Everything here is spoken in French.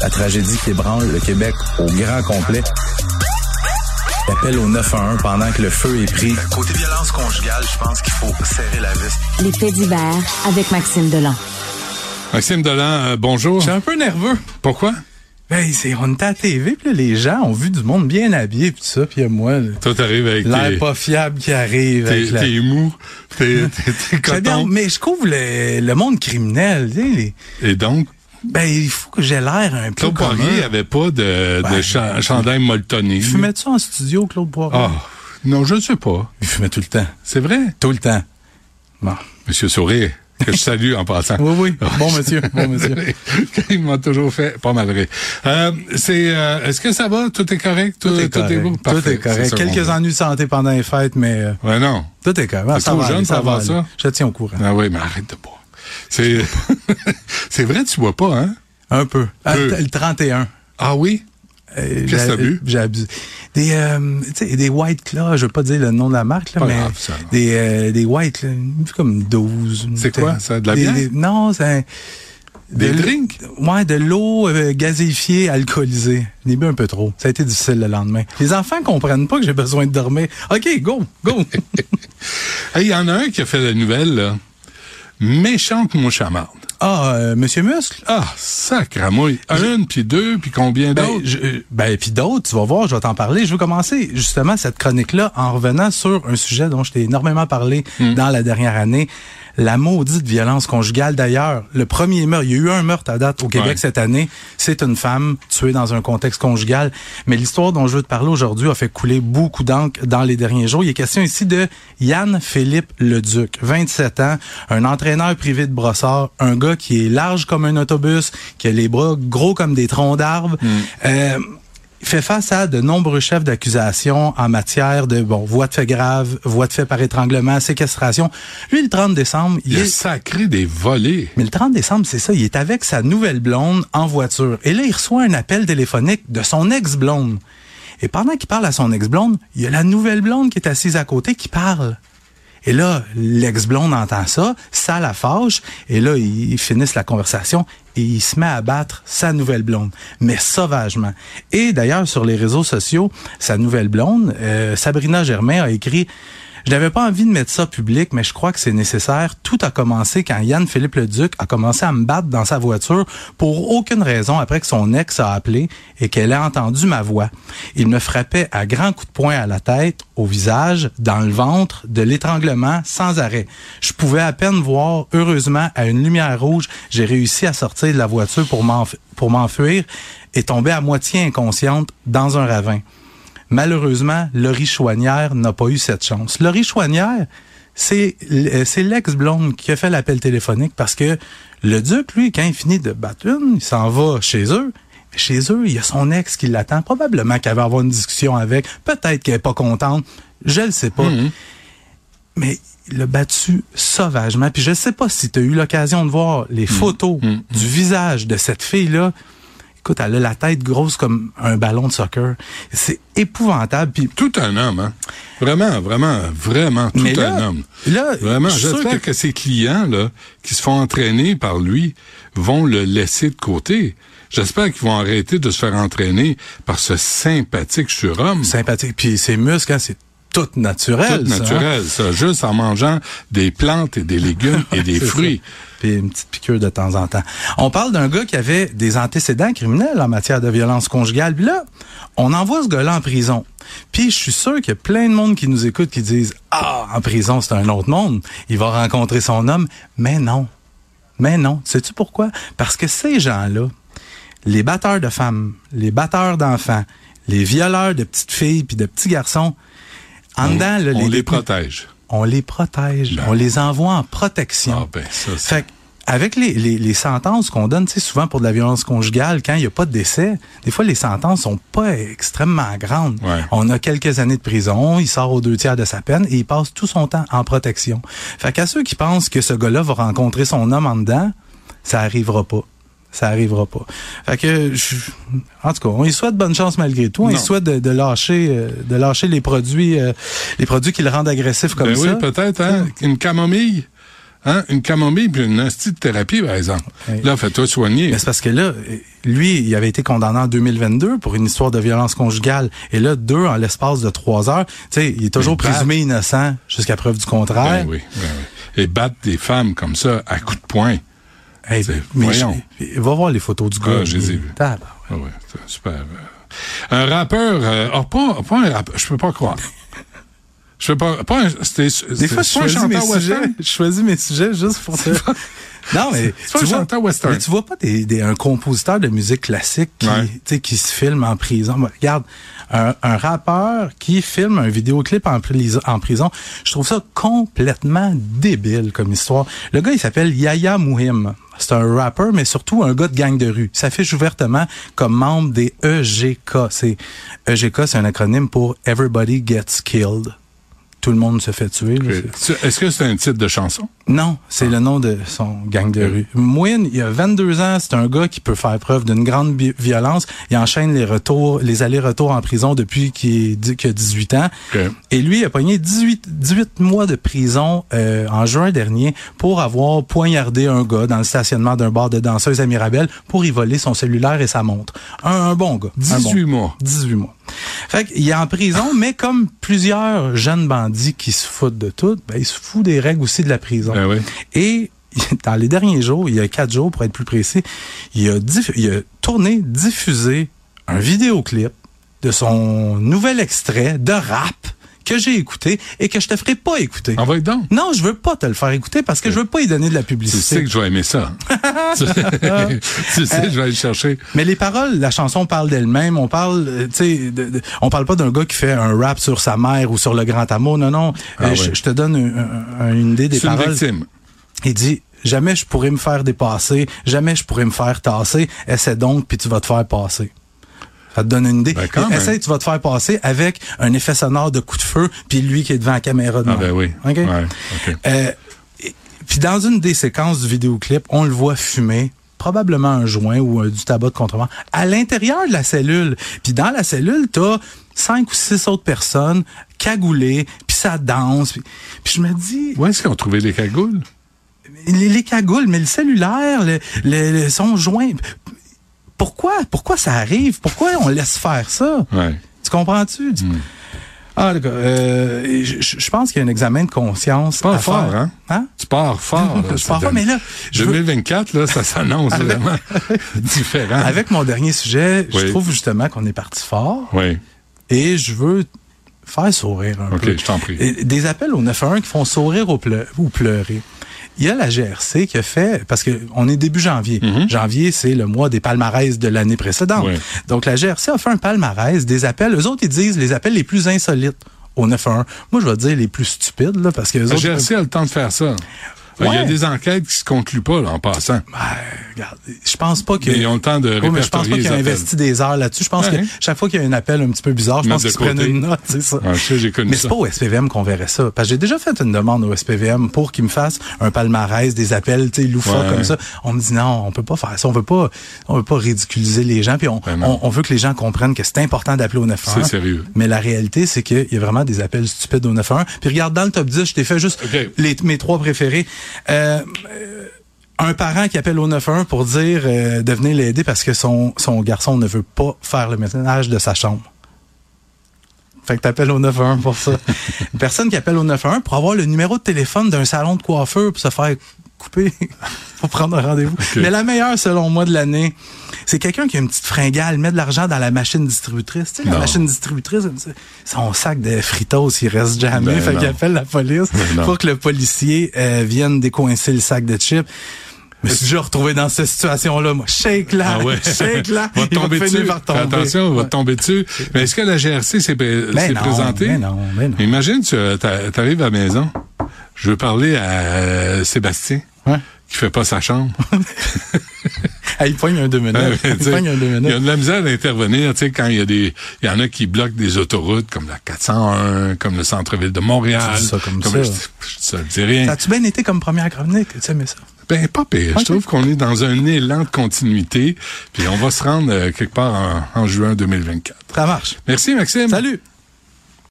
la tragédie qui ébranle le Québec au grand complet. L'appel au 911 pendant que le feu est pris. Côté violence conjugale, je pense qu'il faut serrer la vis. Les faits d'hiver avec Maxime Delan. Maxime Delan, euh, bonjour. Je suis un peu nerveux. Pourquoi? Ben, c'est, on était à la TV, puis là, les gens ont vu du monde bien habillé, puis tout ça, puis moi, là, Toi, t'arrives avec l'air tes, pas fiable qui arrive. tes, avec la- tes mous, tes, tes, tes Très bien, cotons. mais je couvre le, le monde criminel. tu sais, les- Et donc, ben, il faut que j'ai l'air un peu Claude comme Poirier un... avait pas de, de Ben, cha- chandail moltonné. fumait ça en studio, Claude Poirier? Ah, non, je ne sais pas. Il fumait tout le temps. C'est vrai. Tout le temps. Bon. Monsieur Sourire, que je salue en passant. Oui, oui. Ah, Bon monsieur, bon monsieur. Il m'a toujours fait pas mal rire. Euh, c'est, euh, est-ce que ça va? Tout est correct? Tout, est correct. beau? Tout Parfait. C'est est ça correct. qu'on Quelques veut. ennuis de santé pendant les fêtes, mais euh, Ouais, non. tout est correct. Ah, T'es trop jeune pour avoir aller. ça? Je te tiens au courant. Ah oui, mais arrête de boire. C'est, c'est vrai, tu bois pas, hein? Un peu. Ah, Peu. t- le 31. Ah oui? Euh, Qu'est-ce que j'ai- t'as bu? J'ai abusé. Des, euh, tu sais, des White Claw, je veux pas dire le nom de la marque, là, Pas mais grave, ça, non. des, euh, des White, là, comme 12. une C'est quoi, telle- ça, de la des- bière? des- non, c'est un- Des de l'eau- drinks? Ouais, de l'eau euh, gazéifiée, alcoolisée. J'ai bu un peu trop. Ça a été difficile le lendemain. Les enfants comprennent pas que j'ai besoin de dormir. OK, go, go. Hey, il y en a un qui a fait la nouvelle, là. Méchante mouchamarde. ah, euh, Monsieur Muscle? Ah, sacramouille. Une, puis deux, puis combien Ben, d'autres? je- euh, ben puis d'autres, tu vas voir, je vais t'en parler. Je veux commencer justement cette chronique-là en revenant sur un sujet dont je t'ai énormément parlé Hmm. dans la dernière année, la maudite violence conjugale. D'ailleurs, le premier meurtre, il y a eu un meurtre à date au Québec Ouais. cette année. C'est une femme tuée dans un contexte conjugal. Mais l'histoire dont je veux te parler aujourd'hui a fait couler beaucoup d'encre dans les derniers jours. Il est question ici de Yann-Philippe Leduc, 27 ans, un entraîneur privé de brossard, un gars qui est large comme un autobus, qui a les bras gros comme des troncs d'arbres. Euh, il fait face à de nombreux chefs d'accusation en matière de bon voie de fait grave, voie de fait par étranglement, séquestration. Lui, le 30 décembre, il Il a est sacré des volets. mais le 30 décembre, c'est ça, il est avec sa nouvelle blonde en voiture. Et là, il reçoit un appel téléphonique de son ex-blonde. Et pendant qu'il parle à son ex-blonde, il y a la nouvelle blonde qui est assise à côté qui parle. Et là, l'ex-blonde entend ça, ça la fâche, et là, ils ils finissent la conversation et il se met à battre sa nouvelle blonde, mais sauvagement. Et d'ailleurs, sur les réseaux sociaux, sa nouvelle blonde, euh, Sabrina Germain, a écrit je n'avais pas envie de mettre ça public, mais je crois que c'est nécessaire. Tout a commencé quand Yann-Philippe Leduc a commencé à me battre dans sa voiture pour aucune raison après que son ex a appelé et qu'elle a entendu ma voix. Il me frappait à grands coups de poing à la tête, au visage, dans le ventre, de l'étranglement, sans arrêt. Je pouvais à peine voir. Heureusement, à une lumière rouge, j'ai réussi à sortir de la voiture pour m'enf- pour m'enfuir et tomber à moitié inconsciente dans un ravin. Malheureusement, Laurie Chouanière n'a pas eu cette chance. Laurie Chouanière, c'est l- euh, c'est l'ex-blonde qui a fait l'appel téléphonique parce que le duc, lui, quand il finit de battre une, il s'en va chez eux. Mais Chez eux, il y a son ex qui l'attend. Probablement qu'elle va avoir une discussion avec. Peut-être qu'elle est pas contente. Je le sais pas. Mais il l'a battu sauvagement. Puis je sais pas si tu as eu l'occasion de voir les Mm. photos du visage de cette fille-là. Écoute, elle a la tête grosse comme un ballon de soccer. C'est épouvantable. Puis, Tout un homme, hein? Vraiment, vraiment, vraiment, tout Mais là, un homme. là, Vraiment, je suis sûr j'espère que... que- ses clients, là, qui se font entraîner par lui, vont le laisser de côté. J'espère qu'ils vont arrêter de se faire entraîner par ce sympathique surhomme. sympathique. Puis ses muscles, hein, c'est tout Mm. naturel. Tout ça, hein. naturel, ça. Juste en mangeant des plantes et des légumes et des C'est fruits. ça. Puis une petite piqûre de temps en temps. On parle d'un gars qui avait des antécédents criminels en matière de violence conjugale. Puis là, on envoie ce gars-là en prison. Puis je suis sûr qu'il y a plein de monde qui nous écoute qui disent Ah, en prison, c'est un autre monde. Il va rencontrer son homme. Mais non. Mais non. Sais-tu pourquoi? Parce que ces gens-là, les batteurs de femmes, les batteurs d'enfants, les violeurs de petites filles puis de petits garçons, en dedans, là, On les détenus- protège. on les protège, on les envoie en protection. Ben Ah ben, ça, c'est- fait que, avec les, les, les sentences qu'on donne, tu sais, souvent pour de la violence conjugale, quand il n'y a pas de décès, des fois les sentences sont pas extrêmement grandes. Ouais. On a quelques années de prison, il sort aux deux tiers de sa peine et il passe tout son temps en protection. Fait qu'à ceux qui pensent que ce gars-là va rencontrer son homme en dedans, ça arrivera pas. Ça arrivera pas. Fait que, je- en tout cas, on lui souhaite bonne chance malgré tout. On lui Non. souhaite de, de lâcher, euh, de lâcher les produits, euh, les produits qui le rendent agressif comme ben ça. oui, peut-être, hein? Une camomille? Hein? Une camomille puis une hostie de thérapie, par exemple. Oui. Là, fais-toi soigner. Mais c'est parce que là, lui, il avait été condamné en 2022 pour une histoire de violence conjugale. Et là, deux en l'espace de trois heures. Tu sais, il est toujours Mais présumé innocent jusqu'à preuve du contraire. Ben oui, ben oui. Et battre des femmes comme ça à coups de poing. Hey, C'est- mais je- voyons. va voir les photos du gars. Ah, je les ai vues. Tabarouette. Ah ouais, c'est super. euh. Un rappeur, euh, ah, pas, pas un rappeur, je peux pas croire. Je peux pas, pas un, c'était, Des fois, je choisis mes sujets. western. Je choisis mes sujets juste pour ça. Non, mais c'est pas un chanteur western. mais tu vois pas des, des- un compositeur de musique classique qui, Ouais. tu sais, qui se filme en prison. Bah, regarde, un, un rappeur qui filme un vidéoclip en, prison- en prison, je trouve ça complètement débile comme histoire. Le gars, il s'appelle Yaya Mouhim. C'est un rappeur, mais surtout un gars de gang de rue. Il s'affiche ouvertement comme membre des EGK. C'est, EGK, c'est un acronyme pour Everybody Gets Killed. Tout le monde se fait tuer. là. Euh, C'est- tu- Est-ce que c'est un titre de chanson? non, c'est Ah. le nom de son gang Euh. de rue. Moine, il a 22 ans, c'est un gars qui peut faire preuve d'une grande bi- violence. Il enchaîne les retours, les allers-retours en prison depuis qu'il est dix- qu'il a 18 ans. Ok. Et lui, il a pogné 18, 18 mois de prison euh, en juin dernier pour avoir poignardé un gars dans le stationnement d'un bar de danseuses à Mirabel pour y voler son cellulaire et sa montre. Un, un bon gars. un bon 18 mois. 18 mois. Fait qu'il est en prison, mais comme plusieurs jeunes bandits qui se foutent de tout, ben, ils se foutent des règles aussi de la prison. Ben oui. Et dans les derniers jours, il y a quatre jours pour être plus précis, il a, diff- il a tourné, diffusé un vidéoclip de son nouvel extrait de rap que j'ai écouté et que je te ferai pas écouter. Envoie donc. Non, je veux pas te le faire écouter parce que je veux pas y donner de la Tu publicité. sais que je vais aimer ça. tu Ah. tu sais que je vais aller chercher. Mais les paroles, la chanson parle d'elle-même. On parle, euh, tu sais, de- de- on parle pas d'un gars qui fait un rap sur sa mère ou sur le grand amour. Non, non. Ah Euh, oui. je, je te donne un- un- une idée des C'est une paroles. victime. Il dit jamais je pourrais me faire dépasser, jamais je pourrais me faire tasser. Essaie donc puis tu vas te faire passer. Ça te donne une idée. Ben, quand même. Essaie, tu vas te faire passer avec un effet sonore de coup de feu puis lui qui est devant la caméra. De Ah même. ben oui. Ok? Ouais, ok. Euh, et- puis dans une des séquences du vidéoclip, on le voit fumer probablement un joint ou euh, du tabac de contrebande à l'intérieur de la cellule. Puis dans la cellule, t'as cinq ou six autres personnes cagoulées, puis ça danse. Puis, puis je me dis, Où est-ce qu'ils ont trouvé les cagoules? les, les cagoules, mais le cellulaire, le, le- le- son joint. Pourquoi? Pourquoi ça arrive? Pourquoi on laisse faire ça? Ouais. Hmm. Tu comprends-tu? Tu- Ah, en tout cas, euh, je, je- je pense qu'il y a un examen de conscience. Pas à fort, faire. hein? Tu pars fort. là, Je ça pars fort, donne- mais là, je veux- 2024, là, ça s'annonce vraiment différent. Avec mon dernier sujet, je Oui. trouve justement qu'on est parti fort Oui. et je veux faire sourire un OK, peu. je t'en prie. Et Des appels au 911 qui font sourire ou, pleu- ou pleurer. Il y a la GRC qui a fait, parce que on est début janvier. Janvier, c'est le mois des palmarès de l'année précédente. Mhm. Ouais. Donc, la GRC a fait un palmarès des appels. Eux autres, ils disent les appels les plus insolites au 911. Moi, je vais dire les plus stupides, là, parce que eux La autres... GRC a le temps de faire ça. Il y a Ouais. des enquêtes qui se concluent pas, là, en passant. Ben, regarde, je pense pas que... Mais ils ont le temps de Ouais, mais je pense répertorier pas les qu'ils ont appels. investi des heures là-dessus. Je pense Ouais. que chaque fois qu'il y a un appel un petit peu bizarre, je Ils pense qu'ils mettent se de prennent côté. une note, c'est ça. Ah, je sais, j'ai connu Mais ça. c'est pas au SPVM qu'on verrait ça. Parce que j'ai déjà fait une demande au SPVM pour qu'ils me fassent un palmarès, des appels, tu sais, loufoques Ouais. comme ça. On me dit non, on peut pas faire ça. On veut pas, on veut pas ridiculiser les gens. Puis on, Ben non. on, on veut que les gens comprennent que c'est important d'appeler au 911. C'est sérieux. Mais la réalité, c'est qu'il y a vraiment des appels stupides au 911. Puis regarde, dans le top 10, je t'ai fait juste OK. les, mes trois préférés. Euh, un parent qui appelle au 911 pour dire euh, de venir l'aider parce que son, son garçon ne veut pas faire le ménage de sa chambre. Fait que t'appelles au 911 pour ça. Une personne qui appelle au 911 pour avoir le numéro de téléphone d'un salon de coiffeur pour se faire couper, pour prendre un rendez-vous. Mais la meilleure, selon moi, de l'année, c'est quelqu'un qui a une petite fringale, met de l'argent dans la machine distributrice. Tu sais, la Non. machine distributrice, c'est- son sac de fritos, il reste jamais. Ben fait non. Ben qu'il appelle la police non. pour que le policier euh, vienne décoincer le sac de chips. Mais si je me suis déjà retrouvé dans cette situation-là, moi, shake là, Ah ouais. shake là, va te il va tomber finir dessus. par tomber. Fais Attention, on va te tomber dessus. Mais est-ce que la GRC s'est pré- s'est non, présentée? mais non, mais non. Imagine, tu arrives à la maison. Je veux parler à euh, Sébastien, Ouais. qui fait pas sa chambre. Ah, il pogne un deux minutes. Ouais, mais il tu sais, pogne un deux Il y a minutes. de la misère d'intervenir, tu sais, quand il y a des, il y en a qui bloquent des autoroutes comme la 401, comme le centre-ville de Montréal. Tu dis ça comme ça. Je, je- ça me dit rien. Ça a-tu bien été comme première chronique? Tu sais, mais ça. Ben, pas pire. Ok. Je trouve qu'on est dans un élan de continuité, puis on va se rendre euh, quelque part en, en juin 2024. Ça marche. Merci, Maxime. Salut!